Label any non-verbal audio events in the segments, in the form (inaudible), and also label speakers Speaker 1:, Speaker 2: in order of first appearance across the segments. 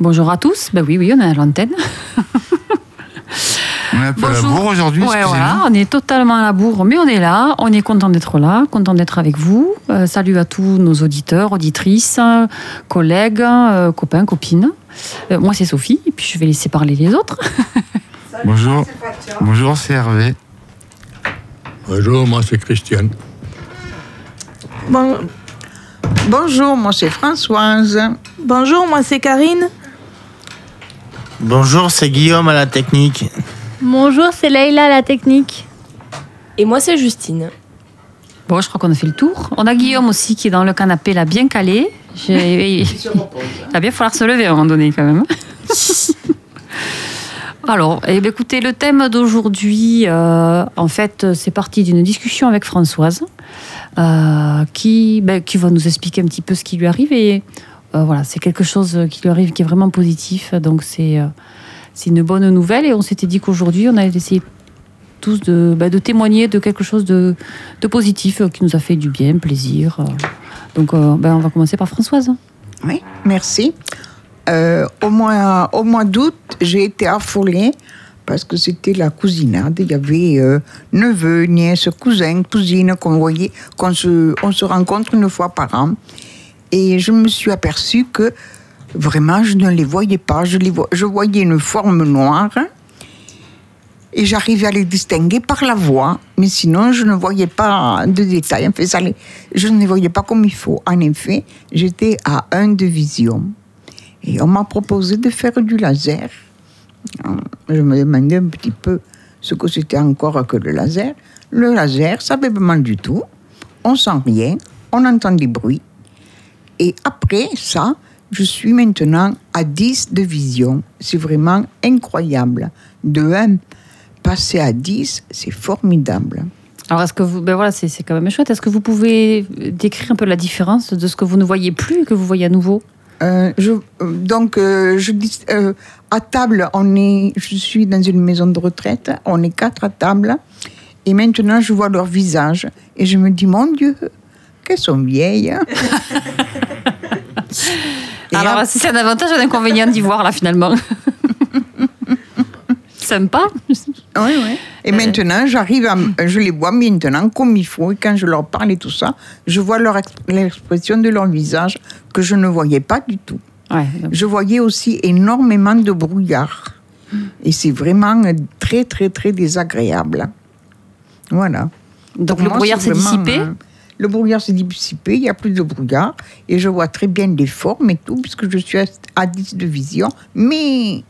Speaker 1: Bonjour à tous. Ben oui, oui, on est à l'antenne.
Speaker 2: On est un peu à la
Speaker 1: Bonjour.
Speaker 2: bourre aujourd'hui,
Speaker 1: Ouais,
Speaker 2: excusez-nous.
Speaker 1: voilà, on est totalement à la bourre, mais on est là. On est content d'être là, content d'être avec vous. Euh, salut à tous nos auditeurs, auditrices, euh, collègues, euh, copains, copines. Euh, moi, c'est Sophie, et puis je vais laisser parler les autres.
Speaker 2: Bonjour. Bonjour, c'est Hervé.
Speaker 3: Bonjour, moi c'est Christian.
Speaker 4: Bon- Bonjour, moi c'est Françoise.
Speaker 5: Bonjour, moi c'est Karine.
Speaker 6: Bonjour, c'est Guillaume à la technique.
Speaker 7: Bonjour, c'est Leïla la technique.
Speaker 8: Et moi, c'est Justine.
Speaker 1: Bon, je crois qu'on a fait le tour. On a Guillaume aussi qui est dans le canapé, là, bien calé. J'ai- Il va bien falloir se lever à un moment donné, quand même. Alors, eh bien, écoutez, le thème d'aujourd'hui, euh, en fait, c'est parti d'une discussion avec Françoise, euh, qui, ben, qui va nous expliquer un petit peu ce qui lui arrive. Et euh, voilà, c'est quelque chose qui lui arrive qui est vraiment positif. Donc, c'est euh, c'est une bonne nouvelle. Et on s'était dit qu'aujourd'hui, on allait essayer tous de, ben, de témoigner de quelque chose de, de positif euh, qui nous a fait du bien, plaisir. euh. Donc, euh, ben, on va commencer par Françoise.
Speaker 4: Oui, merci. Euh, au mois, au mois d'août, j'ai été affolée parce que c'était la cousinade. Il y avait euh, neveux, nièces, cousins, cousines qu'on voyait, qu'on se, on se rencontre une fois par an. Et je me suis aperçue que vraiment, je ne les voyais pas. Je, les vo- je voyais une forme noire et j'arrivais à les distinguer par la voix, mais sinon je ne voyais pas de détails. En fait, ça les- je ne les voyais pas comme il faut. En effet, j'étais à un de vision. Et on m'a proposé de faire du laser. Je me demandais un petit peu ce que c'était encore que le laser. Le laser, ça avait pas mal du tout. On sent rien, on entend des bruits. Et après ça, je suis maintenant à 10 de vision. C'est vraiment incroyable. De 1, passer à 10, c'est formidable.
Speaker 1: Alors, est-ce que vous. Ben voilà, c'est c'est quand même chouette. Est-ce que vous pouvez euh, décrire un peu la différence de ce que vous ne voyez plus et que vous voyez à nouveau
Speaker 4: Euh, je, euh, donc, euh, je dis, euh, à table, on est, je suis dans une maison de retraite, on est quatre à table, et maintenant je vois leur visage, et je me dis, mon Dieu, qu'elles sont vieilles. Et
Speaker 1: Alors,
Speaker 4: ap-
Speaker 1: si c'est un avantage ou un inconvénient d'y voir, là, finalement (laughs) Sympa
Speaker 4: Oui, oui. Et maintenant, j'arrive à, m- je les vois maintenant comme il faut. Et quand je leur parle et tout ça, je vois leur ex- l'expression de leur visage que je ne voyais pas du tout.
Speaker 1: Ouais. donc,
Speaker 4: Je voyais aussi énormément de brouillard. Et c'est vraiment euh, très, très, très désagréable. Voilà.
Speaker 1: donc,
Speaker 4: Pour
Speaker 1: le
Speaker 4: moi,
Speaker 1: brouillard
Speaker 4: c'est
Speaker 1: s'est
Speaker 4: vraiment,
Speaker 1: dissipé.
Speaker 4: euh, le brouillard s'est dissipé, il n'y a plus de brouillard. Et je vois très bien les formes et tout, puisque je suis à- à 10 de vision. Mais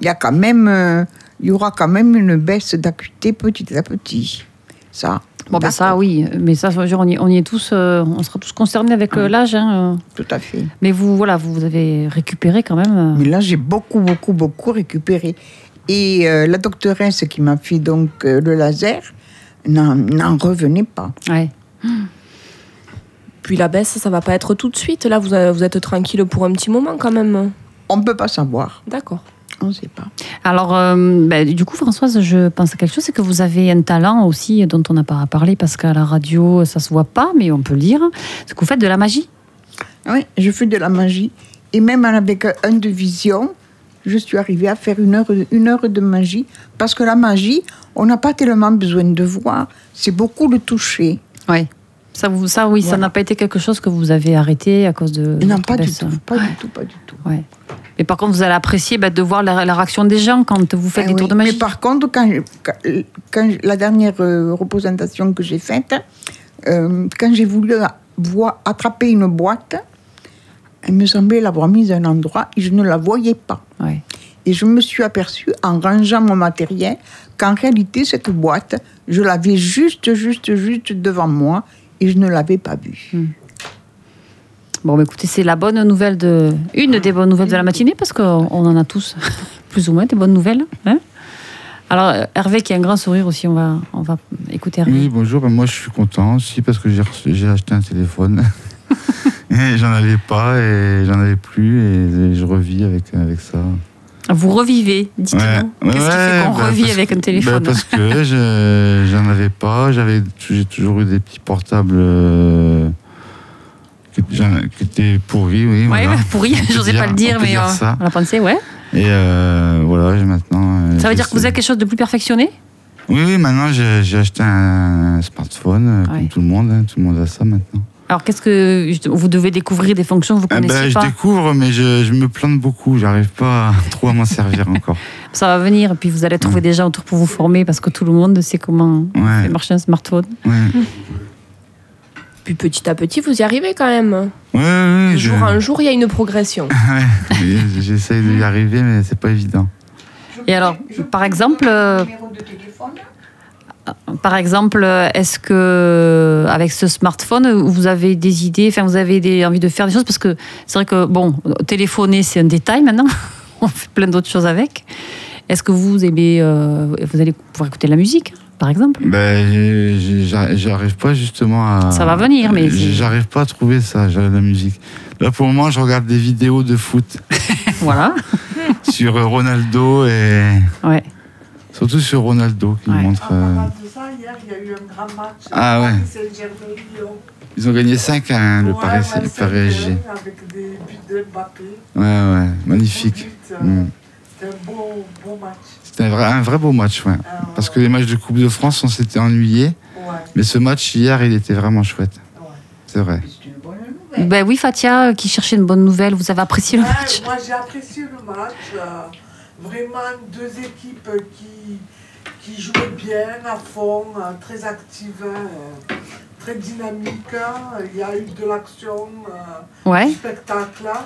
Speaker 4: il y a quand même. euh, Il y aura quand même une baisse d'acuité petit à petit. Ça.
Speaker 1: Bon, ben ça,
Speaker 4: d'accord,
Speaker 1: oui. Mais ça, je veux dire, on y, on y est tous. euh, on sera tous concernés avec euh, l'âge. hein, euh.
Speaker 4: Tout à fait.
Speaker 1: Mais vous, voilà, vous avez récupéré quand même. euh.
Speaker 4: Mais là, j'ai beaucoup, beaucoup, beaucoup récupéré. Et euh, la doctoresse qui m'a fait donc euh, le laser n'en- n'en revenait pas.
Speaker 1: Ouais.
Speaker 8: Puis la baisse, ça va pas être tout de suite. Là, vous, euh, vous êtes tranquille pour un petit moment quand même.
Speaker 4: On ne peut pas savoir.
Speaker 8: D'accord.
Speaker 4: On ne sait pas.
Speaker 1: Alors, euh, ben, du coup, Françoise, je pense à quelque chose, c'est que vous avez un talent aussi dont on n'a pas parlé parce qu'à la radio, ça se voit pas, mais on peut lire. C'est que vous faites de la magie.
Speaker 4: Oui, je fais de la magie. Et même avec un de vision, je suis arrivée à faire une heure, une heure de magie. Parce que la magie, on n'a pas tellement besoin de voir. C'est beaucoup le toucher.
Speaker 1: Oui. Ça, vous, ça oui, ça
Speaker 4: Voilà.
Speaker 1: n'a pas été quelque chose que vous avez arrêté à cause de.
Speaker 4: non,
Speaker 1: votre
Speaker 4: pas du
Speaker 1: baisse.
Speaker 4: tout. Pas du tout, pas du tout.
Speaker 1: Ouais. Mais par contre, vous allez apprécier ben, de voir la, la réaction des gens quand vous faites
Speaker 4: Ah
Speaker 1: des
Speaker 4: oui,
Speaker 1: tours de magie.
Speaker 4: Mais par contre, quand, quand- quand la dernière euh, représentation que j'ai faite, euh, quand j'ai voulu voir- attraper une boîte, elle me semblait l'avoir mise à un endroit et je ne la voyais pas.
Speaker 1: Ouais.
Speaker 4: Et je me suis aperçue, en rangeant mon matériel, qu'en réalité, cette boîte, je l'avais juste, juste, juste devant moi et je ne l'avais pas vue.
Speaker 1: Bon, ben, écoutez, c'est la bonne nouvelle de. Une des bonnes nouvelles de la matinée parce qu'on on en a tous, (laughs) plus ou moins, des bonnes nouvelles. hein. Alors, euh, Hervé qui a un grand sourire aussi, on va, on va écouter Hervé.
Speaker 2: Oui, bonjour. Ben, moi, je suis content aussi parce que j'ai reçu- j'ai acheté un (laughs) téléphone. et j'en avais pas et j'en avais plus et, et je revis avec, avec ça.
Speaker 1: Vous revivez, dites-nous. Qu'est-ce qui fait
Speaker 2: Ouais,
Speaker 1: qu'on
Speaker 2: bah,
Speaker 1: revit
Speaker 2: parce-
Speaker 1: avec un
Speaker 2: bah,
Speaker 1: téléphone
Speaker 2: Parce que je- j'en avais pas. J'avais, j'ai toujours eu des petits portables euh, qui, j'en- qui était pourri, oui.
Speaker 1: Ouais, (laughs)
Speaker 2: voilà.
Speaker 1: pourri,
Speaker 2: On peut
Speaker 1: j'osais
Speaker 2: dire-
Speaker 1: pas le dire,
Speaker 2: on peut
Speaker 1: mais euh,
Speaker 2: ça.
Speaker 1: on l'a pensé, ouais.
Speaker 2: Et euh, voilà, j'ai maintenant. euh,
Speaker 1: Ça veut
Speaker 2: j'ai
Speaker 1: dire que vous
Speaker 2: ce-
Speaker 1: avez quelque chose de plus perfectionné
Speaker 2: Oui, oui, maintenant j'ai j'ai acheté un smartphone, euh,
Speaker 1: Ouais.
Speaker 2: comme tout le monde. hein, tout le monde a ça maintenant.
Speaker 1: Alors, qu'est-ce que juste- vous devez découvrir des fonctions que vous
Speaker 2: Eh
Speaker 1: connaissez
Speaker 2: ben, je
Speaker 1: pas
Speaker 2: découvre, mais je, je me plante beaucoup. J'arrive pas à- (laughs) trop à m'en
Speaker 1: (laughs)
Speaker 2: servir encore.
Speaker 1: Ça va venir, et puis vous allez trouver des gens autour pour vous former parce que tout le monde sait comment
Speaker 2: Mm. Ouais,
Speaker 1: fait marcher un smartphone.
Speaker 2: ouais.
Speaker 8: Puis petit à petit, vous y arrivez quand même.
Speaker 2: Ouais, ouais,
Speaker 8: De
Speaker 2: je-
Speaker 8: jour en jour, il y a
Speaker 2: (laughs)
Speaker 8: une progression.
Speaker 2: mais j'essaye d'y arriver, mais c'est pas évident.
Speaker 1: Et alors, par exemple, euh, par exemple, euh, est-ce que euh, avec ce smartphone, vous avez des idées, enfin, vous avez des, envie de faire des choses parce que c'est vrai que bon, téléphoner c'est un détail maintenant, (laughs) on fait plein d'autres choses avec. Est-ce que vous aimez, euh, vous allez pouvoir écouter de la musique, par
Speaker 9: (laughs)
Speaker 1: exemple
Speaker 2: Ben, j'ai- j'ai- j'ar- j'arrive pas justement à.
Speaker 1: Ça va venir, mais c'est-
Speaker 2: J'arrive pas à trouver ça, j'ai- la musique. Là, pour le moment, je regarde des vidéos de
Speaker 1: (laughs)
Speaker 2: foot
Speaker 1: Voilà.
Speaker 2: sur euh, Ronaldo et.
Speaker 1: Ouais.
Speaker 2: Surtout sur Ronaldo qui
Speaker 1: Ouais.
Speaker 2: montre. euh,
Speaker 9: de ça, hier, il y a eu un grand match.
Speaker 2: Ah ouais.
Speaker 9: Paris Saint-Germain-Lyon.
Speaker 2: Ils ont gagné 5 à 1, le
Speaker 9: Ouais,
Speaker 2: Paris,
Speaker 9: ouais,
Speaker 2: le Paris SG.
Speaker 9: 5-1 Avec des buts de Mbappé.
Speaker 2: Ouais, ouais, magnifique.
Speaker 9: Ensuite, euh,
Speaker 2: Mm.
Speaker 9: C'était un beau, beau match.
Speaker 2: C'était un vrai, un vrai beau match, ouais.
Speaker 9: Euh,
Speaker 2: Parce que les matchs de Coupe de France, on s'était ennuyés.
Speaker 9: ouais,
Speaker 2: Mais ce match hier, il était vraiment chouette.
Speaker 9: ouais.
Speaker 2: C'est vrai.
Speaker 9: C'est une bonne nouvelle.
Speaker 1: Ben oui, Fatia, euh, qui cherchait une bonne nouvelle, vous avez apprécié le
Speaker 9: Ouais,
Speaker 1: match.
Speaker 9: moi, j'ai apprécié le match. euh, vraiment, deux équipes qui, qui jouaient bien, à fond, euh, très actives, hein, euh, très dynamiques. hein. Il y a eu de l'action, euh,
Speaker 1: Ouais.
Speaker 9: du spectacle. hein.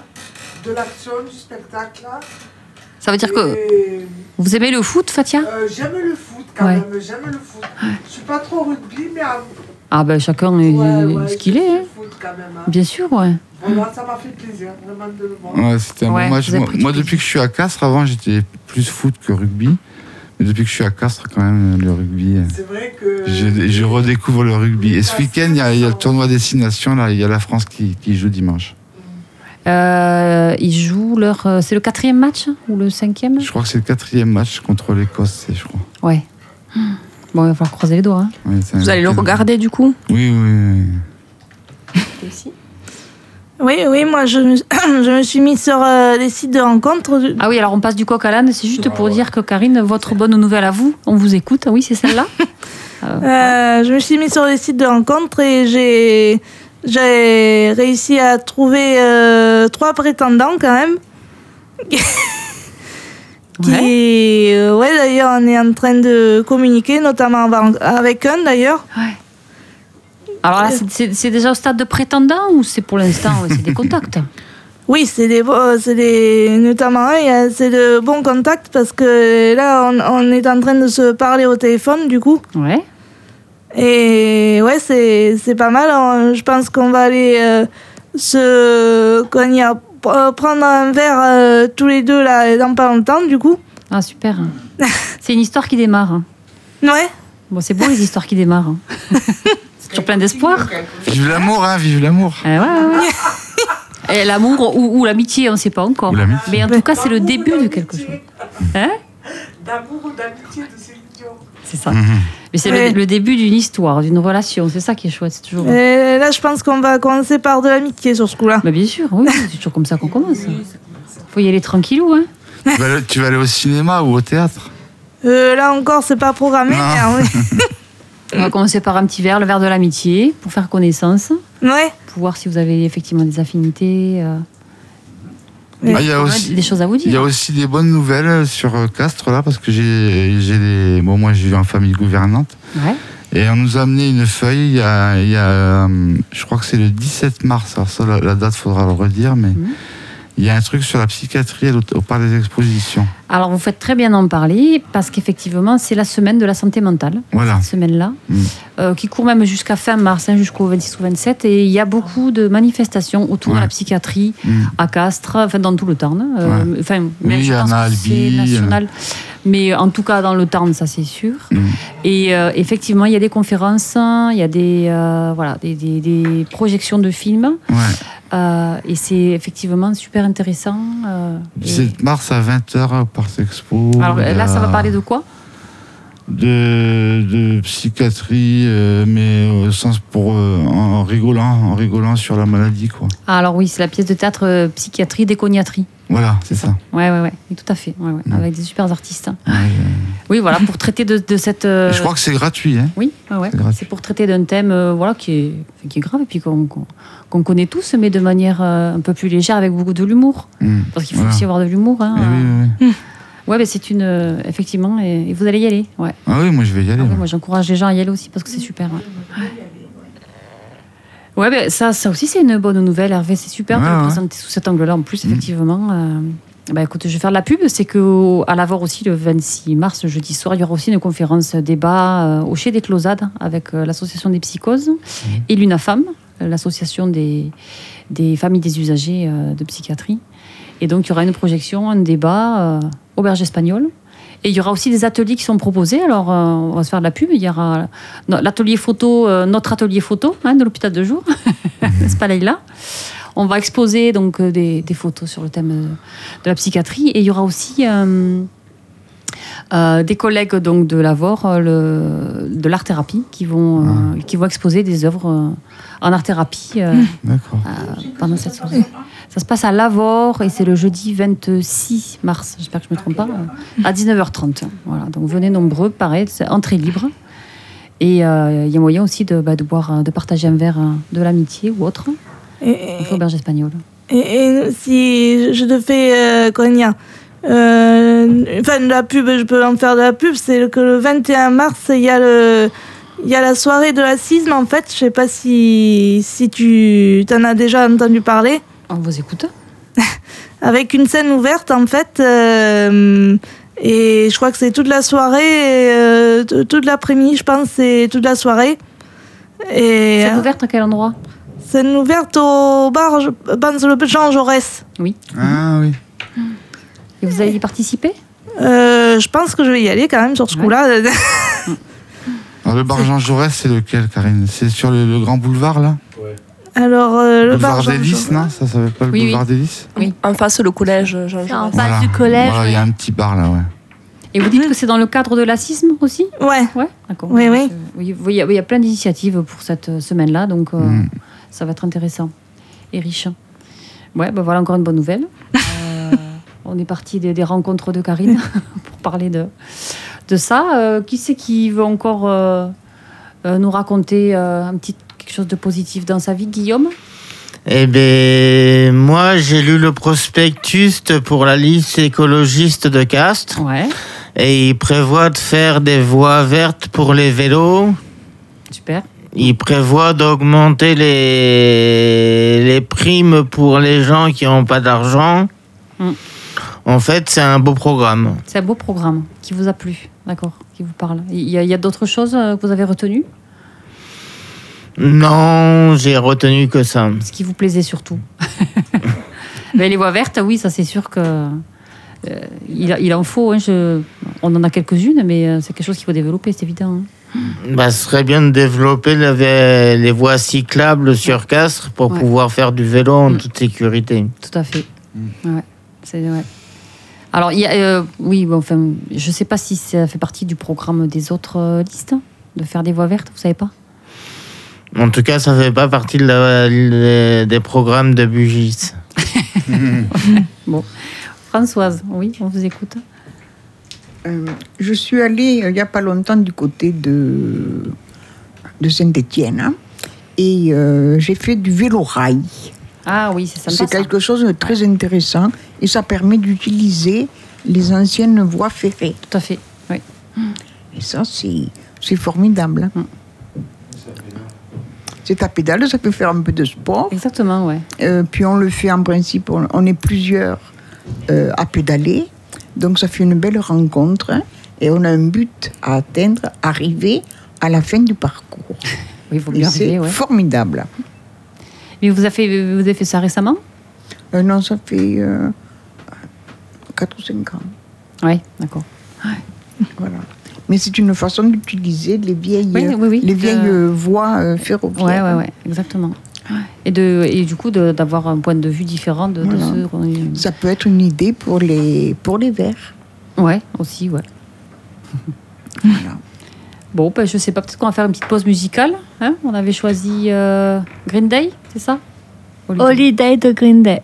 Speaker 9: De l'action, du spectacle. hein.
Speaker 1: Ça veut dire que
Speaker 9: Et,
Speaker 1: vous aimez le foot, Fatia
Speaker 9: euh, j'aime le foot quand
Speaker 1: Hein Ouais.
Speaker 9: même, j'aime le foot. Je suis pas trop rugby, mais euh,
Speaker 1: Ah ben chacun est
Speaker 9: ouais, ouais,
Speaker 1: ce qu'il est.
Speaker 9: j'aime
Speaker 1: hein.
Speaker 9: le foot quand même. hein.
Speaker 1: Bien sûr, ouais.
Speaker 9: Voilà, ça m'a fait plaisir, vraiment de le voir.
Speaker 2: Ouais, c'était un
Speaker 1: Ouais,
Speaker 2: bon match.
Speaker 1: vous avez
Speaker 2: Moi,
Speaker 1: pris du
Speaker 2: moi,
Speaker 1: plaisir.
Speaker 2: depuis que je suis à Castres, avant, j'étais plus foot que rugby. Mais depuis que je suis à Castres, quand même, le rugby. euh,
Speaker 9: C'est vrai que.
Speaker 2: Je, je redécouvre le rugby. Et ce week-end, il y, a- il y a le tournoi destination. Là, il y a la France qui, qui joue dimanche.
Speaker 1: Euh, ils jouent leur. euh, C'est le quatrième match ou le cinquième
Speaker 2: Je crois que c'est le quatrième match contre l'Écosse, c'est- je crois.
Speaker 1: Ouais. Bon, il va falloir croiser les doigts. hein.
Speaker 2: Ouais, c'est un
Speaker 8: Vous allez le
Speaker 2: week-end.
Speaker 8: regarder du coup
Speaker 2: Oui, oui, oui.
Speaker 5: Oui, oui, moi je me, (clears throat) je me suis mise sur euh, des sites de rencontres.
Speaker 1: Ah oui, alors on passe du coq à l'âne. C'est juste
Speaker 3: Ah
Speaker 1: pour
Speaker 3: ouais.
Speaker 1: dire que Karine, votre bonne nouvelle à vous, on vous écoute. Ah oui, c'est celle-là
Speaker 5: Euh, je me suis mise sur des sites de rencontres et j'ai j'ai réussi à trouver euh, trois prétendants quand même. Qui,
Speaker 1: (laughs) Ouais.
Speaker 5: euh, ouais, d'ailleurs, on est en train de communiquer, notamment av- avec un d'ailleurs.
Speaker 1: Alors là, c'est- c'est c'est déjà au stade de prétendant ou c'est pour l'instant euh, c'est des (laughs) contacts
Speaker 5: Oui, c'est des, bo- euh, c'est des, notamment un, il y a- c'est de bons contacts parce que là, on, on est en train de se parler au téléphone, du coup.
Speaker 1: Ouais.
Speaker 5: Et ouais, c'est, c'est pas mal. On- je pense qu'on va aller euh, se, qu'on y a- euh, prendre un verre euh, tous les deux là, dans pas longtemps, du coup.
Speaker 1: Ah super. C'est une histoire qui démarre. hein.
Speaker 5: Ouais.
Speaker 1: Bon, c'est beau les histoires qui démarrent. (laughs) hein. c'est toujours plein d'espoir.
Speaker 2: Vive l'amour, hein, vive l'amour.
Speaker 1: Eh ouais, ouais, ouais. Et l'amour ou, ou l'amitié, on ne sait pas encore.
Speaker 2: Ou l'amitié.
Speaker 1: Mais en tout cas, c'est le
Speaker 9: D'amour ou
Speaker 1: début de quelque chose.
Speaker 9: d'amitié,
Speaker 1: Hein
Speaker 9: D'amour ou d'amitié de ces unions.
Speaker 1: C'est ça.
Speaker 2: Mhm.
Speaker 1: Mais c'est
Speaker 5: Ouais.
Speaker 1: le, le début d'une histoire, d'une relation. C'est ça qui est chouette. C'est toujours.
Speaker 5: Et là, je pense qu'on va commencer par de l'amitié sur ce coup-là.
Speaker 1: Bah, bien sûr, oui, c'est toujours comme ça qu'on commence. Faut y aller tranquillou, hein.
Speaker 2: tu, vas aller, tu vas aller au cinéma ou au théâtre
Speaker 5: Euh, là encore, c'est pas programmé.
Speaker 2: Non.
Speaker 5: mais, euh, oui.
Speaker 1: On va commencer par un petit verre, le verre de l'amitié, pour faire connaissance,
Speaker 5: euh, ouais.
Speaker 1: pour voir si vous avez effectivement des affinités, euh,
Speaker 5: Oui.
Speaker 2: Ah, Il y a
Speaker 1: ouais,
Speaker 2: aussi.
Speaker 1: des choses à vous
Speaker 2: Il y a
Speaker 1: dire.
Speaker 2: aussi des bonnes nouvelles sur euh, Castres, là, parce que j'ai j'ai des. Bon, moi, j'ai eu en famille gouvernante.
Speaker 1: Ouais.
Speaker 2: Et on nous a amené une feuille, il y a. il y a, euh, je crois que c'est le 17 mars. Alors, ça, la, la date, faudra le redire, mais.
Speaker 1: Mhm.
Speaker 2: Il y a un truc sur la psychiatrie à l'Aut- au parc des expositions.
Speaker 1: Alors vous faites très bien d'en parler parce qu'effectivement c'est la semaine de la santé mentale.
Speaker 2: Voilà.
Speaker 1: cette semaine-là,
Speaker 2: Mm.
Speaker 1: euh, qui court même jusqu'à fin mars, hein, jusqu'au 26 ou 27. Et il y a beaucoup de manifestations autour de
Speaker 2: Ouais.
Speaker 1: la psychiatrie
Speaker 2: Mm.
Speaker 1: à Castres, enfin dans tout le Tarn. euh, Enfin, même
Speaker 2: Oui,
Speaker 1: je
Speaker 2: il y
Speaker 1: pense
Speaker 2: en a
Speaker 1: que
Speaker 2: à
Speaker 1: c'est
Speaker 2: Albi,
Speaker 1: national. Mais en tout cas dans le Tarn, ça c'est sûr.
Speaker 2: Mm.
Speaker 1: Et euh, effectivement, il y a des conférences, hein, il y a des, euh, voilà, des, des- des projections de films.
Speaker 2: Ouais.
Speaker 1: euh, et c'est effectivement super intéressant. euh, et-
Speaker 2: 17 mars à 20h au parc expo.
Speaker 1: Alors
Speaker 2: il y
Speaker 1: là,
Speaker 2: a-
Speaker 1: ça va parler de quoi
Speaker 2: de, de psychiatrie, euh, mais au sens pour euh, en, en rigolant, en rigolant sur la maladie, quoi.
Speaker 1: Ah, alors oui, c'est la pièce de théâtre euh, psychiatrie, décognatririe.
Speaker 2: Voilà, c'est ça.
Speaker 1: Ouais, ouais, ouais. Et tout à fait. ouais, ouais,
Speaker 2: Mm.
Speaker 1: Avec des super artistes. hein.
Speaker 2: Ouais, euh,
Speaker 1: Oui, voilà, pour traiter de, de cette. euh,
Speaker 2: Je crois que c'est gratuit, hein.
Speaker 1: Oui, ouais, ouais.
Speaker 2: C'est gratuit.
Speaker 1: c'est pour traiter d'un thème euh, voilà, qui, est, enfin, qui est grave et puis qu'on qu'on- qu'on connaît tous, mais de manière euh, un peu plus légère, avec beaucoup de l'humour.
Speaker 2: Mm.
Speaker 1: Parce qu'il faut
Speaker 2: Voilà.
Speaker 1: aussi avoir de l'humour. Hein,
Speaker 2: Eh oui,
Speaker 1: Euh,
Speaker 2: oui, oui.
Speaker 1: Ouais, mais c'est une. euh, effectivement, et, et vous allez y aller. Ouais.
Speaker 2: Ah oui, moi je vais y aller.
Speaker 1: Ah oui,
Speaker 2: ouais.
Speaker 1: moi, j'encourage les gens à y aller aussi parce que c'est super. Ouais, Ouais, ben, ça, ça aussi, c'est une bonne nouvelle, Hervé. C'est super de
Speaker 2: Ouais,
Speaker 1: le
Speaker 2: ouais.
Speaker 1: présenter sous cet angle-là. En plus,
Speaker 2: Mm.
Speaker 1: effectivement. euh, ben, écoute, je vais faire de la pub. C'est qu'à l'avoir aussi, le 26 mars, jeudi soir, il y aura aussi une conférence débat euh, au Chez des Closades avec euh, l'Association des psychoses
Speaker 2: Mhm.
Speaker 1: et l'UNAFAM, euh, l'Association des, des familles des usagers euh, de psychiatrie. Et donc, il y aura une projection, un débat, euh, auberge espagnole. Et il y aura aussi des ateliers qui sont proposés. Alors, euh, on va se faire de la pub. Il y aura no- l'atelier photo, euh, notre atelier photo hein, de l'hôpital de jour, (laughs) n'est-ce pas, Leïla On va exposer donc euh, des, des photos sur le thème euh, de la psychiatrie. Et il y aura aussi euh, euh, des collègues donc de l'Avor, euh, le- de l'art thérapie, qui vont euh, qui vont exposer des œuvres euh, en art thérapie euh,
Speaker 2: D'accord.
Speaker 1: euh, pendant cette soirée. Ça se passe à Lavore et c'est le jeudi 26 mars, j'espère que je ne me trompe pas, euh, à 19h30. Voilà, donc venez nombreux, pareil, c'est entrée libre. Et euh, il y a moyen aussi de, bah, de boire, euh, de partager un verre euh, de l'amitié ou autre, hein,
Speaker 5: Et,
Speaker 1: une auberge espagnole.
Speaker 5: et- et si je te fais, euh, qu'on y a, euh, enfin, de la pub, je peux en faire de la pub, c'est que le 21 mars, il y a le. Il y a la soirée de la cisme, en fait. Je sais pas si, si tu t'en as déjà entendu parler.
Speaker 1: On vous écoute
Speaker 5: avec une scène ouverte en fait. euh, et je crois que c'est toute la soirée, euh, t- toute l'après-midi, je pense, c'est toute la soirée. Et hein,
Speaker 1: C'est ouverte à quel endroit
Speaker 5: scène ouverte au bar, je pense, le Jean Jaurès.
Speaker 2: Ah oui.
Speaker 1: Et vous allez y participer
Speaker 5: Euh, je pense que je vais y aller quand même sur ce
Speaker 1: Ouais.
Speaker 5: coup-là.
Speaker 2: Alors, le bar Jean Jaurès, c'est lequel, Karine C'est sur le, le grand boulevard, là
Speaker 5: (laughs) Alors, euh, le bar
Speaker 2: Boulevard
Speaker 5: Jean
Speaker 2: d'Hélice,
Speaker 5: Jaurès.
Speaker 2: non Ça s'appelle pas le
Speaker 1: Oui, oui.
Speaker 2: boulevard d'Hélice
Speaker 8: En face, le collège Jean
Speaker 7: C'est en
Speaker 8: Jaurès.
Speaker 7: face du collège.
Speaker 2: Voilà, il y a un petit bar, là, ouais.
Speaker 1: Et vous dites que c'est dans le cadre de l'assisme aussi
Speaker 5: Ouais,
Speaker 1: Ouais, d'accord.
Speaker 5: Oui, oui.
Speaker 1: Donc, euh, oui, vous- Il y, a- il y a plein d'initiatives pour cette euh, semaine-là, donc euh,
Speaker 2: Mm.
Speaker 1: ça va être intéressant et riche. Ouais, bah voilà encore une
Speaker 5: (laughs)
Speaker 1: bonne nouvelle. Euh, on est parti des, des rencontres de Karine (laughs) pour parler de, de ça. Euh, qui c'est qui veut encore euh, euh, nous raconter euh, un petit quelque chose de positif dans sa vie Guillaume
Speaker 6: Eh ben, moi, j'ai lu le prospectus pour la liste écologiste de Castres
Speaker 1: Ouais,
Speaker 6: et il prévoit de faire des voies vertes pour les vélos.
Speaker 1: super.
Speaker 6: Il prévoit d'augmenter les... les primes pour les gens qui n'ont pas d'argent.
Speaker 1: Mm.
Speaker 6: En fait, c'est un beau programme.
Speaker 1: C'est un beau programme qui vous a plu, d'accord, qui vous parle. Il y a, il y a d'autres choses euh, que vous avez retenues
Speaker 6: Non, j'ai retenu que ça.
Speaker 1: ce qui vous plaisait surtout. (laughs) Mais les voies vertes, oui, ça c'est sûr que euh, il, il en faut. hein, je- on en a quelques-unes, mais euh, c'est quelque chose qu'il faut développer, c'est évident. hein.
Speaker 6: Bah, ce serait bien de développer la vé- les voies cyclables sur Castres pour
Speaker 1: Ouais.
Speaker 6: pouvoir faire du vélo en
Speaker 1: Mm.
Speaker 6: toute sécurité.
Speaker 1: Tout à fait.
Speaker 4: Mm.
Speaker 1: Ouais, c'est ouais. Alors, il y a, euh, oui, bon, enfin, je ne sais pas si ça fait partie du programme des autres euh, listes de faire des voies vertes. Vous savez pas
Speaker 6: En tout cas, ça fait pas partie de la- le- des programmes de Bugis.
Speaker 1: Françoise, oui, on vous écoute.
Speaker 4: Euh, je suis allée euh, il n'y a pas longtemps du côté de, de Saint-Étienne hein, et euh, j'ai fait du vélo rail.
Speaker 1: Ah oui, c'est sympa. ça.
Speaker 4: C'est quelque chose de très intéressant et ça permet d'utiliser les anciennes voies ferrées.
Speaker 1: Tout à fait. Oui.
Speaker 4: Et ça, c'est c'est formidable. hein. C'est à pédale, ça peut faire un peu de sport.
Speaker 1: Exactement, ouais.
Speaker 4: Euh, puis on le fait en principe, on, on est plusieurs euh, à pédaler. Donc ça fait une belle rencontre hein. et on a un but à atteindre, arriver à la fin du parcours.
Speaker 1: Oui, il faut
Speaker 4: Et
Speaker 1: bien
Speaker 4: c'est
Speaker 1: arriver, ouais.
Speaker 4: formidable.
Speaker 1: Mais vous avez fait, vous avez fait ça récemment
Speaker 4: Euh, non, ça fait euh, 4 ou 5 ans.
Speaker 1: Oui, d'accord.
Speaker 4: Voilà. Mais c'est une façon d'utiliser les vieilles,
Speaker 1: Oui, oui, oui,
Speaker 4: les
Speaker 1: de-
Speaker 4: vieilles euh, voies euh,
Speaker 1: Ouais,
Speaker 4: ferroviaires.
Speaker 1: ouais, ouais, exactement. Et, de, et du coup, de- d'avoir un point de vue différent de, de
Speaker 4: Voilà.
Speaker 1: ceux qu'on est-
Speaker 4: Ça peut être une idée pour les, pour les verts.
Speaker 1: Ouais, aussi, ouais.
Speaker 4: (laughs) Voilà.
Speaker 10: Bon, ben, je sais pas, peut-être qu'on va faire une petite pause musicale. hein On avait choisi euh, Green Day, c'est ça Holiday.
Speaker 1: Holiday de Green Day.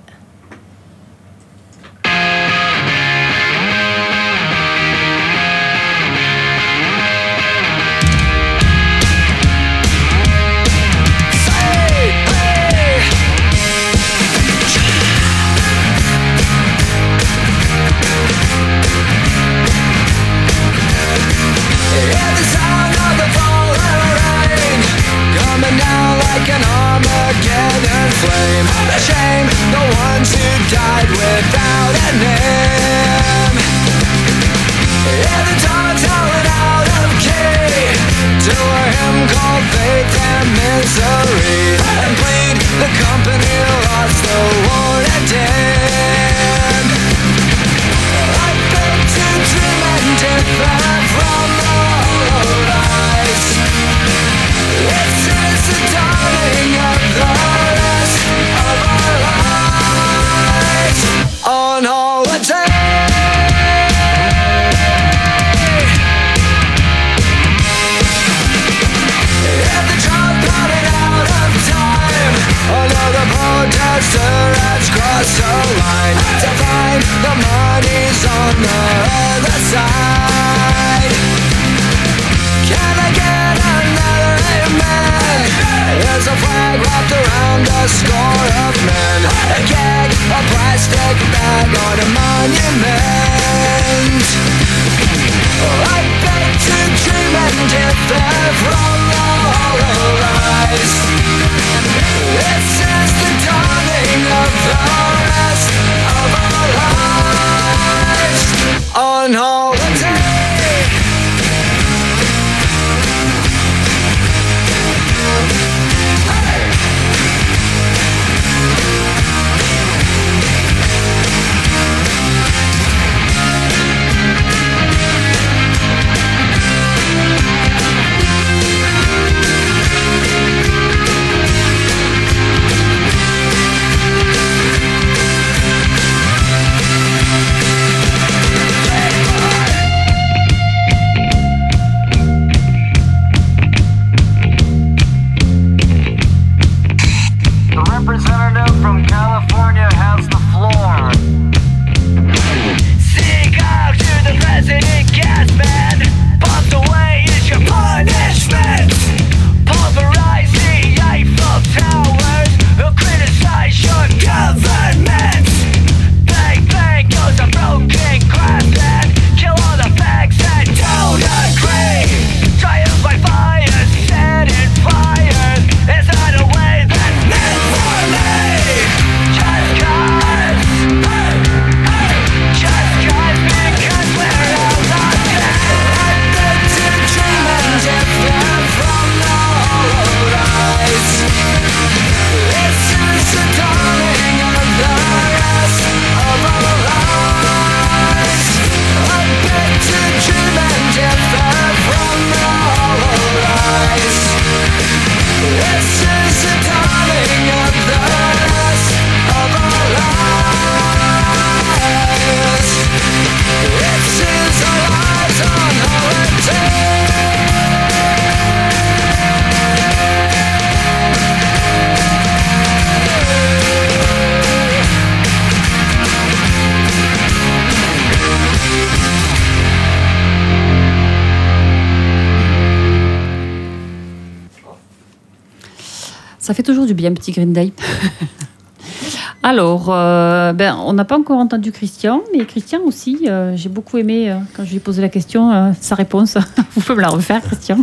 Speaker 10: Ça fait toujours du bien, petit Green Day. (laughs) Alors, euh, ben, on n'a pas encore entendu Christian, mais Christian aussi, euh, j'ai beaucoup aimé euh, quand je lui ai posé la question, euh, sa réponse. (laughs) Vous pouvez me la refaire, Christian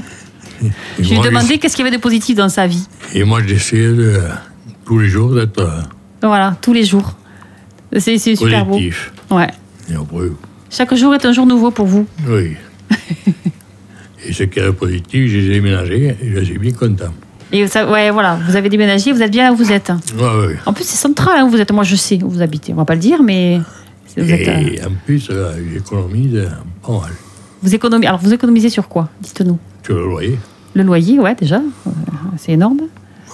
Speaker 3: Et
Speaker 10: Je lui ai
Speaker 3: moi,
Speaker 10: demandé qu'est-ce qu'il y avait de positif dans sa vie.
Speaker 3: je- Et moi, j'essaie de, tous les jours d'être euh,
Speaker 10: Donc voilà, tous les jours. C'est c'est super beau.
Speaker 3: positif.
Speaker 10: Ouais.
Speaker 3: Et après,
Speaker 10: Chaque jour est un jour nouveau pour vous. (laughs)
Speaker 3: oui. et ce qui est positif, je les ai ménagés et je suis bien content.
Speaker 10: Et ça, ouais, voilà, vous avez déménagé, vous êtes bien là où vous êtes.
Speaker 3: Ouais, ouais.
Speaker 10: En plus, c'est central hein, où vous êtes. Moi, je sais où vous habitez. On va pas le dire, mais vous, êtes, euh,
Speaker 3: Et en plus, euh, j'économise euh, pas mal
Speaker 10: vous économisez. Alors, vous économisez sur quoi Dites-nous.
Speaker 3: sur le loyer.
Speaker 10: Le loyer, ouais, déjà, euh, c'est énorme.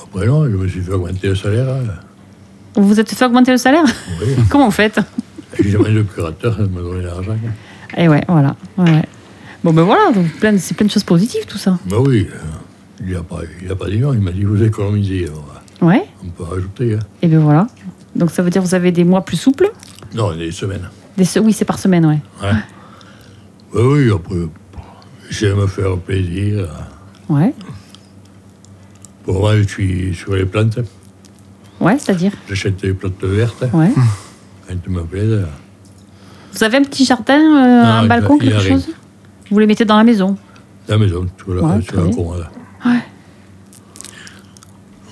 Speaker 3: Après, non, je me suis fait augmenter le salaire. (laughs) hein.
Speaker 10: Vous vous êtes fait augmenter le salaire
Speaker 3: Oui.
Speaker 10: (laughs) Comment vous faites
Speaker 3: J'ai jamais le curateur, ça m'a donné l'argent.
Speaker 10: Et ouais, voilà. ouais, ouais.
Speaker 1: Bon, ben voilà, donc plein de- c'est plein de choses positives tout ça.
Speaker 3: Ben oui, euh, il n'a pas, il a pas dit non, il m'a dit vous économisez. Alors,
Speaker 1: Ouais,
Speaker 3: on peut rajouter. hein.
Speaker 1: et ben voilà. Donc ça veut dire que vous avez des mois plus souples
Speaker 3: Non, des semaines.
Speaker 1: des se- Oui, c'est par semaine, ouais.
Speaker 3: Ouais. Ben oui, après, j'aime me faire plaisir. euh,
Speaker 1: Ouais,
Speaker 3: Pour moi, je suis sur les plantes.
Speaker 1: ouais, c'est-à-dire
Speaker 3: J'achète des plantes vertes
Speaker 1: Ouais.
Speaker 3: quand elles me plaisent. euh,
Speaker 1: Vous avez un petit jardin, euh,
Speaker 3: Non,
Speaker 1: un
Speaker 3: il-
Speaker 1: balcon,
Speaker 3: il
Speaker 1: quelque
Speaker 3: arrive.
Speaker 1: chose Vous les mettez dans la maison
Speaker 3: La maison, tu la,
Speaker 1: Ouais,
Speaker 3: tu
Speaker 1: très
Speaker 3: la
Speaker 1: bien.
Speaker 3: commandes.
Speaker 1: Ouais.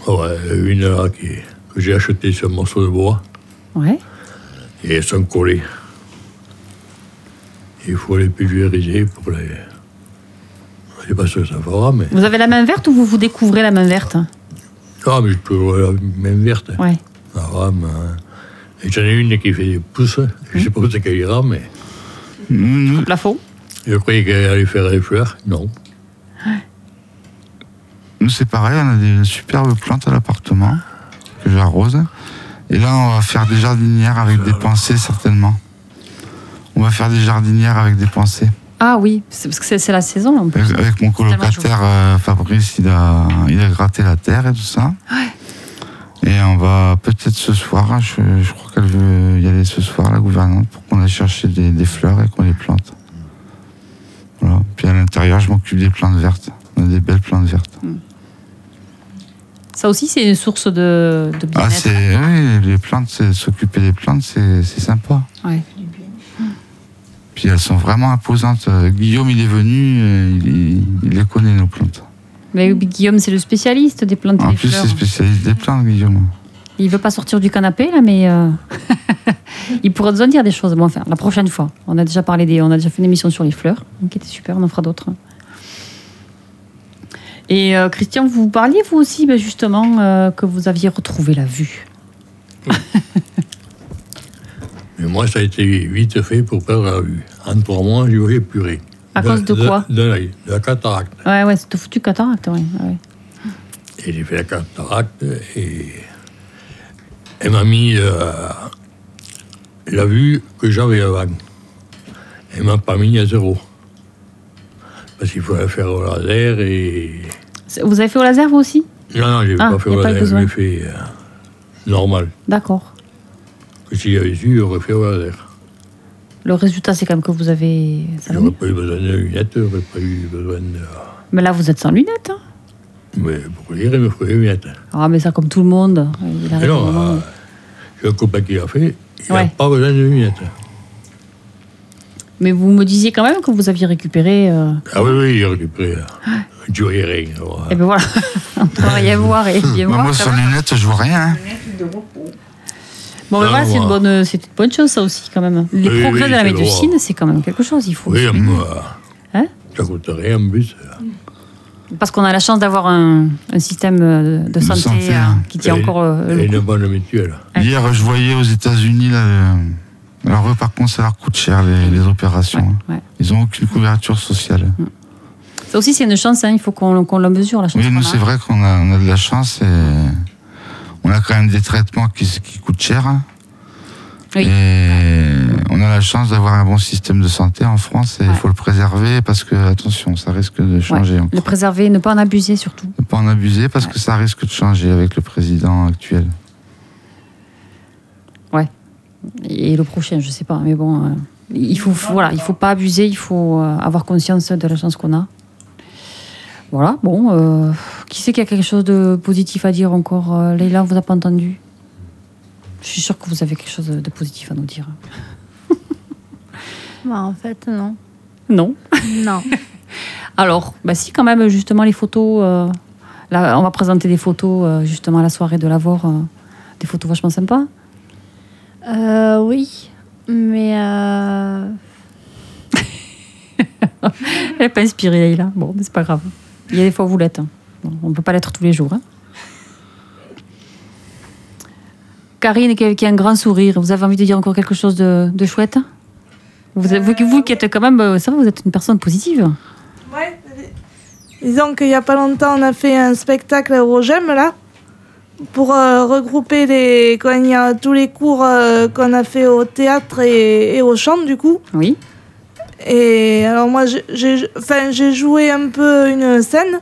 Speaker 3: Ouais, une là qui, que j'ai acheté ce morceau de bois
Speaker 1: Ouais.
Speaker 3: et elles sont collées. Il faut les pulvériser pour les. Je sais pas ce que ça fera, mais.
Speaker 1: Vous avez la main verte ou vous vous découvrez la main verte
Speaker 3: Ah, mais j'ai toujours la même verte. hein.
Speaker 1: Ouais.
Speaker 3: La rame. hein. Et j'en ai une qui fait des pousses. Je
Speaker 1: Hum.
Speaker 3: sais pas où c'est qu'elle ira, mais
Speaker 2: Nous, nous,
Speaker 1: Plafond
Speaker 3: je croyais qu'elle allait faire des fleurs. Non.
Speaker 2: nous, c'est pareil, on a des superbes plantes à l'appartement que j'arrose. Et là, on va faire des jardinières avec des pensées, certainement. On va faire des jardinières avec des pensées.
Speaker 1: Ah oui, c'est parce que c'est c'est la saison. en plus.
Speaker 2: Avec, avec mon colocataire euh, Fabrice, il a, il a gratté la terre et tout ça. Et on va peut-être ce soir, hein, je, je crois qu'elle veut y aller ce soir, la gouvernante, pour qu'on aille chercher des, des fleurs et qu'on les plante. Voilà. Puis à l'intérieur, je m'occupe des plantes vertes. On a des belles plantes vertes.
Speaker 1: Ça aussi, c'est une source de, de
Speaker 2: Ah,
Speaker 1: bien-être.
Speaker 2: c'est. Oui, les plantes, c'est- s'occuper des plantes, c'est c'est sympa.
Speaker 1: Ouais.
Speaker 2: Puis elles sont vraiment imposantes. Euh, Guillaume, il est venu, euh, il, il- il les connaît, nos plantes.
Speaker 1: Mais oui, Guillaume, c'est le spécialiste des plantes et
Speaker 2: En
Speaker 1: des
Speaker 2: plus,
Speaker 1: fleurs.
Speaker 2: c'est spécialiste des plantes, Guillaume.
Speaker 1: Il veut pas sortir du canapé là, mais euh, (laughs) il pourra nous en dire des choses. Bon, enfin, la prochaine fois. On a déjà parlé des, on a déjà fait une émission sur les fleurs, donc qui était super. On en fera d'autres. Et euh, Christian, vous parliez vous aussi, ben, justement, euh, que vous aviez retrouvé la vue.
Speaker 3: Mais moi, ça a été vite fait pour perdre la vue. En trois mois, je voyais plus rien.
Speaker 1: À cause de quoi
Speaker 3: De l'œil, de la cataracte.
Speaker 1: Ouais, ouais, c'était foutu cataracte, ouais. ouais.
Speaker 3: Et j'ai fait la cataracte et elle m'a mis euh, la vue que j'avais avant. Elle m'a pas mis à zéro. Parce qu'il fallait faire au laser et.
Speaker 1: C'est- Vous avez fait au laser vous aussi
Speaker 3: Non, non, j'ai
Speaker 1: Ah,
Speaker 3: pas fait
Speaker 1: y a
Speaker 3: au
Speaker 1: pas eu
Speaker 3: laser,
Speaker 1: besoin.
Speaker 3: j'ai fait euh, normal.
Speaker 1: D'accord.
Speaker 3: Que si j'avais su, j'aurais fait au
Speaker 1: Ah
Speaker 3: laser.
Speaker 1: Le résultat, c'est quand même que vous avez. ça va
Speaker 3: J'aurais
Speaker 1: mieux.
Speaker 3: pas eu besoin de lunettes, j'aurais pas eu besoin de.
Speaker 1: Mais là, vous êtes sans lunettes. hein.
Speaker 3: Mais pour lire, il me faut des lunettes.
Speaker 1: Ah, mais ça, comme tout le monde. hein. Il
Speaker 3: Mais
Speaker 1: arrive un
Speaker 3: non,
Speaker 1: moment où-
Speaker 3: euh, j'ai un copain qui l'a fait, il n'a
Speaker 1: Ah. Ouais.
Speaker 3: pas besoin de lunettes.
Speaker 1: Mais vous me disiez quand même que vous aviez récupéré. euh,
Speaker 3: Ah oui, oui, j'ai récupéré. là. Tu voyais rien. alors,
Speaker 1: Et
Speaker 3: hein.
Speaker 1: ben voilà, (laughs) on peut rien voir et bien
Speaker 2: Bah,
Speaker 1: voir.
Speaker 2: moi,
Speaker 1: ça
Speaker 2: sur
Speaker 1: va.
Speaker 2: les lunettes, je vois rien. hein.
Speaker 1: Bon, ben
Speaker 3: Ah,
Speaker 1: voilà, c'est une,
Speaker 3: moi.
Speaker 1: bonne, euh, c'est une bonne chose, ça aussi, quand même. Les
Speaker 3: Oui,
Speaker 1: progrès
Speaker 3: oui,
Speaker 1: de la
Speaker 3: c'est le
Speaker 1: médecine,
Speaker 3: droit.
Speaker 1: c'est quand même quelque chose, il faut.
Speaker 3: Oui, moi.
Speaker 1: Hein
Speaker 3: Ça coûte rien en plus.
Speaker 1: Parce qu'on a la chance d'avoir un, un système euh, de santé,
Speaker 2: santé,
Speaker 1: euh,
Speaker 2: hein.
Speaker 1: qui tient
Speaker 3: Et-
Speaker 1: encore. euh,
Speaker 3: Et
Speaker 1: le coup.
Speaker 3: une bonne mutuelle.
Speaker 2: Hier, je voyais aux États-Unis, là, euh, alors eux, par contre, ça leur coûte cher, les, les opérations. hein.
Speaker 1: Ouais, ouais.
Speaker 2: Ils n'ont aucune couverture sociale.
Speaker 1: Ça aussi, c'est une chance, hein, il faut qu'on qu'on la mesure, la chance.
Speaker 2: oui,
Speaker 1: qu'on
Speaker 2: nous,
Speaker 1: a.
Speaker 2: c'est vrai qu'on a, on a de la chance et on a quand même des traitements qui, qui coûtent cher. hein.
Speaker 1: Oui.
Speaker 2: Et on a la chance d'avoir un bon système de santé en France et il
Speaker 1: Ouais.
Speaker 2: faut le préserver parce que, attention, ça risque de changer
Speaker 1: Le
Speaker 2: encore.
Speaker 1: préserver, ne pas en abuser surtout.
Speaker 2: Ne pas en abuser parce que ça risque de changer avec le président actuel.
Speaker 1: Et le prochain, je sais pas, mais bon, euh, il faut, faut- voilà, il faut pas abuser, il faut euh, avoir conscience de la chance qu'on a. Voilà, bon, euh, qui c'est qui a quelque chose de positif à dire encore euh, Leïla, on vous a pas entendu Je suis sûre que vous avez quelque chose de, de positif à nous dire.
Speaker 7: Bah, en fait, non.
Speaker 1: Non
Speaker 7: Non.
Speaker 1: Alors, bah si, quand même, justement, les photos. euh, là, on va présenter des photos, euh, justement, à la soirée de l'Avor. euh, des photos vachement sympas.
Speaker 7: Euh, oui, mais euh,
Speaker 1: Elle n'est pas inspirée, Leïla. Bon, mais c'est pas grave. Il y a des fois où vous l'êtes. hein. Bon, on ne peut pas l'être tous les jours. hein. Karine, qui a, qui a un grand sourire, vous avez envie de dire encore quelque chose de, de chouette vous, vous, vous qui êtes quand même, euh, ça va, vous êtes une personne positive.
Speaker 5: Ouais. Disons qu'il n'y a pas longtemps, on a fait un spectacle au GEM, là, pour euh, regrouper les, quand il y a tous les cours euh, qu'on a fait au théâtre et, et au chant, du coup.
Speaker 1: Oui.
Speaker 5: Et alors moi, j'ai- j'ai enfin, j'ai joué un peu une scène.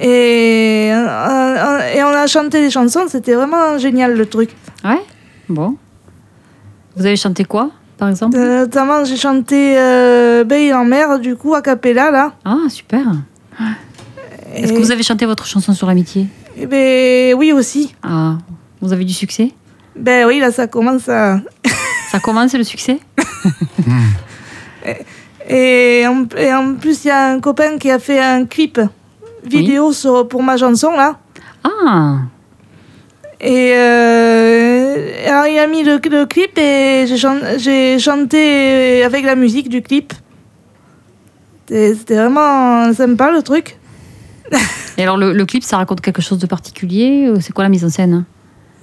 Speaker 5: Et, euh, et on a chanté des chansons, c'était vraiment génial le truc.
Speaker 1: Ouais Bon. Vous avez chanté quoi, par exemple
Speaker 5: Euh, Notamment, j'ai chanté euh, Bail en mer, du coup, a cappella là.
Speaker 1: Ah, super. Est-ce
Speaker 5: Et-
Speaker 1: que vous avez chanté votre chanson sur l'amitié
Speaker 5: Eh ben oui aussi.
Speaker 1: Ah, vous avez du succès
Speaker 5: Ben oui, là ça commence à...
Speaker 1: Ça commence le succès
Speaker 5: Et en, et en plus, il y a un copain qui a fait un clip vidéo sur, pour ma chanson là.
Speaker 1: Ah,
Speaker 5: Et euh, alors il a mis le, le clip et j'ai chan- j'ai chanté avec la musique du clip. C'était c'était vraiment sympa le truc.
Speaker 1: et alors le, le clip, ça raconte quelque chose de particulier ou C'est quoi la mise en scène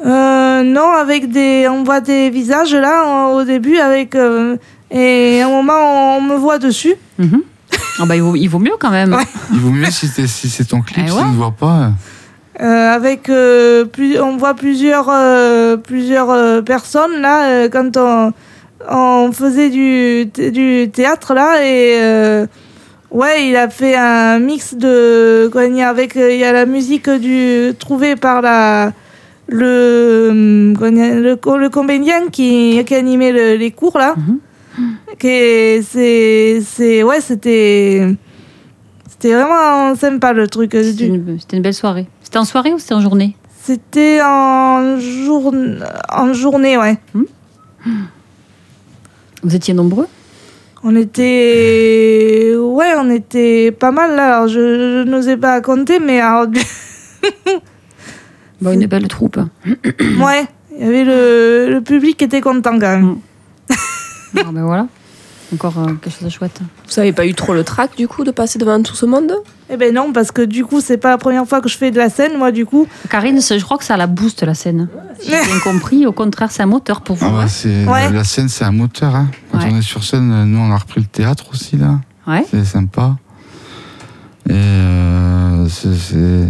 Speaker 5: Euh, non, avec des, on voit des visages là en- au début avec euh, et à un moment on, me voit dessus.
Speaker 1: Mhm. (laughs) Ah bah il vaut, il vaut mieux quand même.
Speaker 5: Ouais.
Speaker 2: Il vaut mieux si, t'es- si c'est ton clip,
Speaker 1: Eh
Speaker 2: si
Speaker 1: ouais.
Speaker 2: on ne voit pas. euh.
Speaker 5: Euh, avec euh, plus, on voit plusieurs euh, plusieurs euh, personnes là euh, quand on, on faisait du thé- du théâtre là et euh, ouais il a fait un mix de quoi dire, avec euh, il y a la musique du trouvée par la le hum, quoi dire, le, co- le comédien qui qui animait le- les cours là
Speaker 1: Mhm.
Speaker 5: Que c'est c'est ouais c'était c'était vraiment sympa le truc euh,
Speaker 1: C'était
Speaker 5: du
Speaker 1: une, c'était une belle soirée. C'était en soirée ou c'était en journée
Speaker 5: c'était en, jour... en journée, ouais.
Speaker 1: Vous étiez nombreux
Speaker 5: On était. Ouais, on était pas mal là. Alors, je, je n'osais pas compter, mais. alors,
Speaker 1: bah, Une belle troupe.
Speaker 5: (coughs) ouais, il y avait le... le public qui était content quand même.
Speaker 1: (laughs) ah bah voilà, encore euh, quelque chose de chouette.
Speaker 8: Vous avez pas eu trop le trac du coup de passer devant tout ce monde
Speaker 5: Eh ben non, parce que du coup, c'est pas la première fois que je fais de la scène, moi, du coup.
Speaker 1: Karine, c'est- je crois que ça la booste la scène. Si J'ai (laughs) bien compris, au contraire, c'est un moteur pour vous.
Speaker 2: Ah bah, c'est-
Speaker 5: Ouais.
Speaker 2: La scène, c'est un moteur. hein. Quand
Speaker 1: Ouais.
Speaker 2: on est sur scène, euh, nous, on a repris le théâtre aussi, là.
Speaker 1: Ouais.
Speaker 2: C'est sympa. Et euh, c'est- c'est-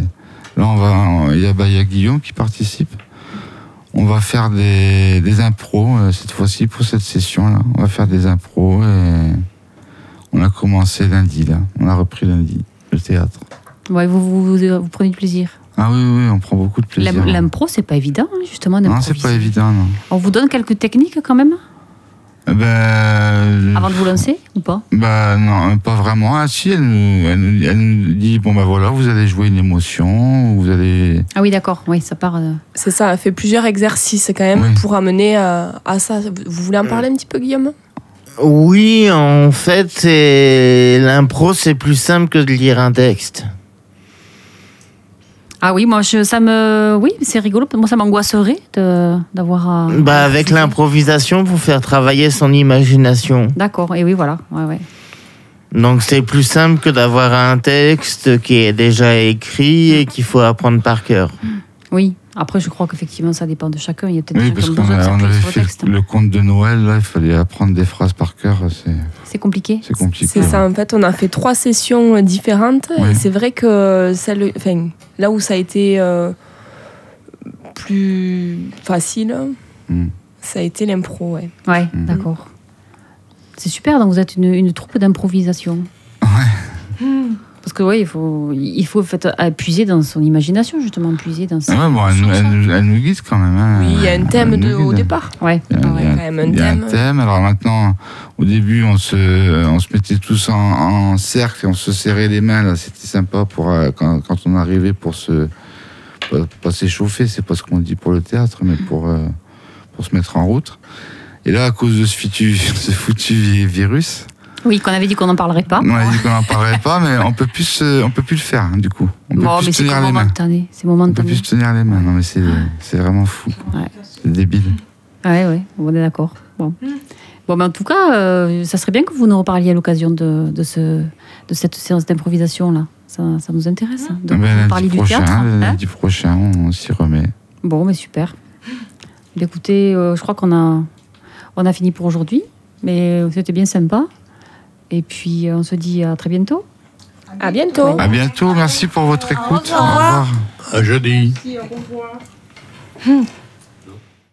Speaker 2: là, on va. on- Il y, a- bah, il y a Guillaume qui participe. On va faire des, des impros euh, cette fois-ci pour cette session-là. On va faire des impros et on a commencé lundi, là. On a repris lundi, le théâtre.
Speaker 1: Ouais, vous, vous, euh, vous- vous prenez du plaisir.
Speaker 2: Ah oui, oui, oui, on prend beaucoup de plaisir.
Speaker 1: L'im- L'impro, c'est pas évident, hein, justement.
Speaker 2: non,
Speaker 1: d'improviser.
Speaker 2: c'est pas évident, non.
Speaker 1: On vous donne quelques techniques quand même
Speaker 2: Eh Ben,
Speaker 1: avant de vous lancer ou pas
Speaker 2: Bah non, pas vraiment. Ah si, elle nous, elle nous- elle nous dit, bon bah voilà, vous allez jouer une émotion, vous allez...
Speaker 1: Ah oui, d'accord. Oui, ça part. euh,
Speaker 8: C'est ça, elle fait plusieurs exercices quand même
Speaker 2: Oui.
Speaker 8: pour amener à, à ça. Vous vous voulez en parler un petit peu, Guillaume
Speaker 6: Oui, en fait, c'est- l'impro, c'est plus simple que de lire un texte.
Speaker 1: Ah oui, moi, je, ça me. Oui, c'est rigolo. Moi, ça m'angoisserait de- d'avoir. euh, à-
Speaker 6: Bah, avec l'improvisation, pour faire travailler son imagination.
Speaker 1: D'accord. Et oui, voilà. Ouais, ouais.
Speaker 6: Donc, c'est plus simple que d'avoir un texte qui est déjà écrit et qu'il faut apprendre par cœur.
Speaker 1: Oui. Après, je crois qu'effectivement, ça dépend de chacun. Il y a peut-être des
Speaker 2: Oui,
Speaker 1: gens qui
Speaker 2: parce
Speaker 1: ont
Speaker 2: qu'on
Speaker 1: besoin de
Speaker 2: a- on
Speaker 1: s'appuyer
Speaker 2: avait
Speaker 1: sur le
Speaker 2: fait
Speaker 1: texte. hein.
Speaker 2: le conte de Noël, là, il fallait apprendre des phrases par cœur, c'est
Speaker 1: C'est compliqué.
Speaker 2: c'est compliqué.
Speaker 8: C'est ça, en fait, on a fait trois sessions euh, différentes.
Speaker 2: Ouais.
Speaker 8: Et c'est vrai que celle, enfin, là où ça a été euh, plus facile,
Speaker 2: Mm.
Speaker 8: ça a été l'impro, ouais.
Speaker 1: Ouais,
Speaker 2: Mhm.
Speaker 1: d'accord. C'est super. Donc, vous êtes une, une troupe d'improvisation. Parce que oui, il faut, il faut en fait, appuyer dans son imagination, justement, appuyer dans
Speaker 2: Ah
Speaker 1: sa...
Speaker 2: ouais, bon, elle,
Speaker 8: Sur
Speaker 2: nous- elle
Speaker 8: ça.
Speaker 2: nous- elle nous guide quand même. hein.
Speaker 8: Oui, il y a un
Speaker 2: Elle
Speaker 8: thème de,
Speaker 2: nous
Speaker 8: au
Speaker 2: guide.
Speaker 8: départ.
Speaker 1: Ouais,
Speaker 2: Il y a,
Speaker 1: ouais.
Speaker 2: il y a-
Speaker 8: quand même un
Speaker 2: il y a
Speaker 8: thème.
Speaker 2: Alors maintenant, au début, on se, on se mettait tous en, en cercle et on se serrait les mains. Là, c'était sympa pour euh, quand, quand on arrivait pour se pas, pas s'échauffer. C'est pas ce qu'on dit pour le théâtre, mais pour euh, pour se mettre en route. Et là, à cause de ce foutu, (laughs) ce foutu vi- virus,
Speaker 1: Oui, qu'on avait dit qu'on n'en parlerait pas.
Speaker 2: on a dit qu'on n'en parlerait pas, mais on peut plus, se- on peut plus le faire. hein, Du coup, on peut
Speaker 1: Bon,
Speaker 2: plus
Speaker 1: Oh,
Speaker 2: se
Speaker 1: mais c'est
Speaker 2: tenir les mains.
Speaker 1: momentané. C'est
Speaker 2: On peut plus
Speaker 1: momentané.
Speaker 2: se tenir les mains. Non, mais c'est c'est vraiment fou.
Speaker 1: Ouais.
Speaker 2: C'est débile.
Speaker 1: Ah Ouais, ouais, on est d'accord. Bon. Bon, mais en tout cas, euh, ça serait bien que vous nous reparliez à l'occasion de, de, ce, de cette séance d'improvisation-là. Ça, ça nous intéresse. hein.
Speaker 2: Ah
Speaker 1: Donc,
Speaker 2: ben,
Speaker 1: vous
Speaker 2: lundi
Speaker 1: parliez du
Speaker 2: prochain, euh.
Speaker 1: théâtre. hein.
Speaker 2: lundi prochain, on s'y remet.
Speaker 1: bon, mais super. Bien, Écoutez, euh, je crois qu'on a, on a fini pour aujourd'hui, mais c'était bien sympa. Et puis, euh, on se dit à très bientôt.
Speaker 8: À bientôt
Speaker 2: À bientôt, merci pour votre écoute. Au revoir.
Speaker 3: À jeudi.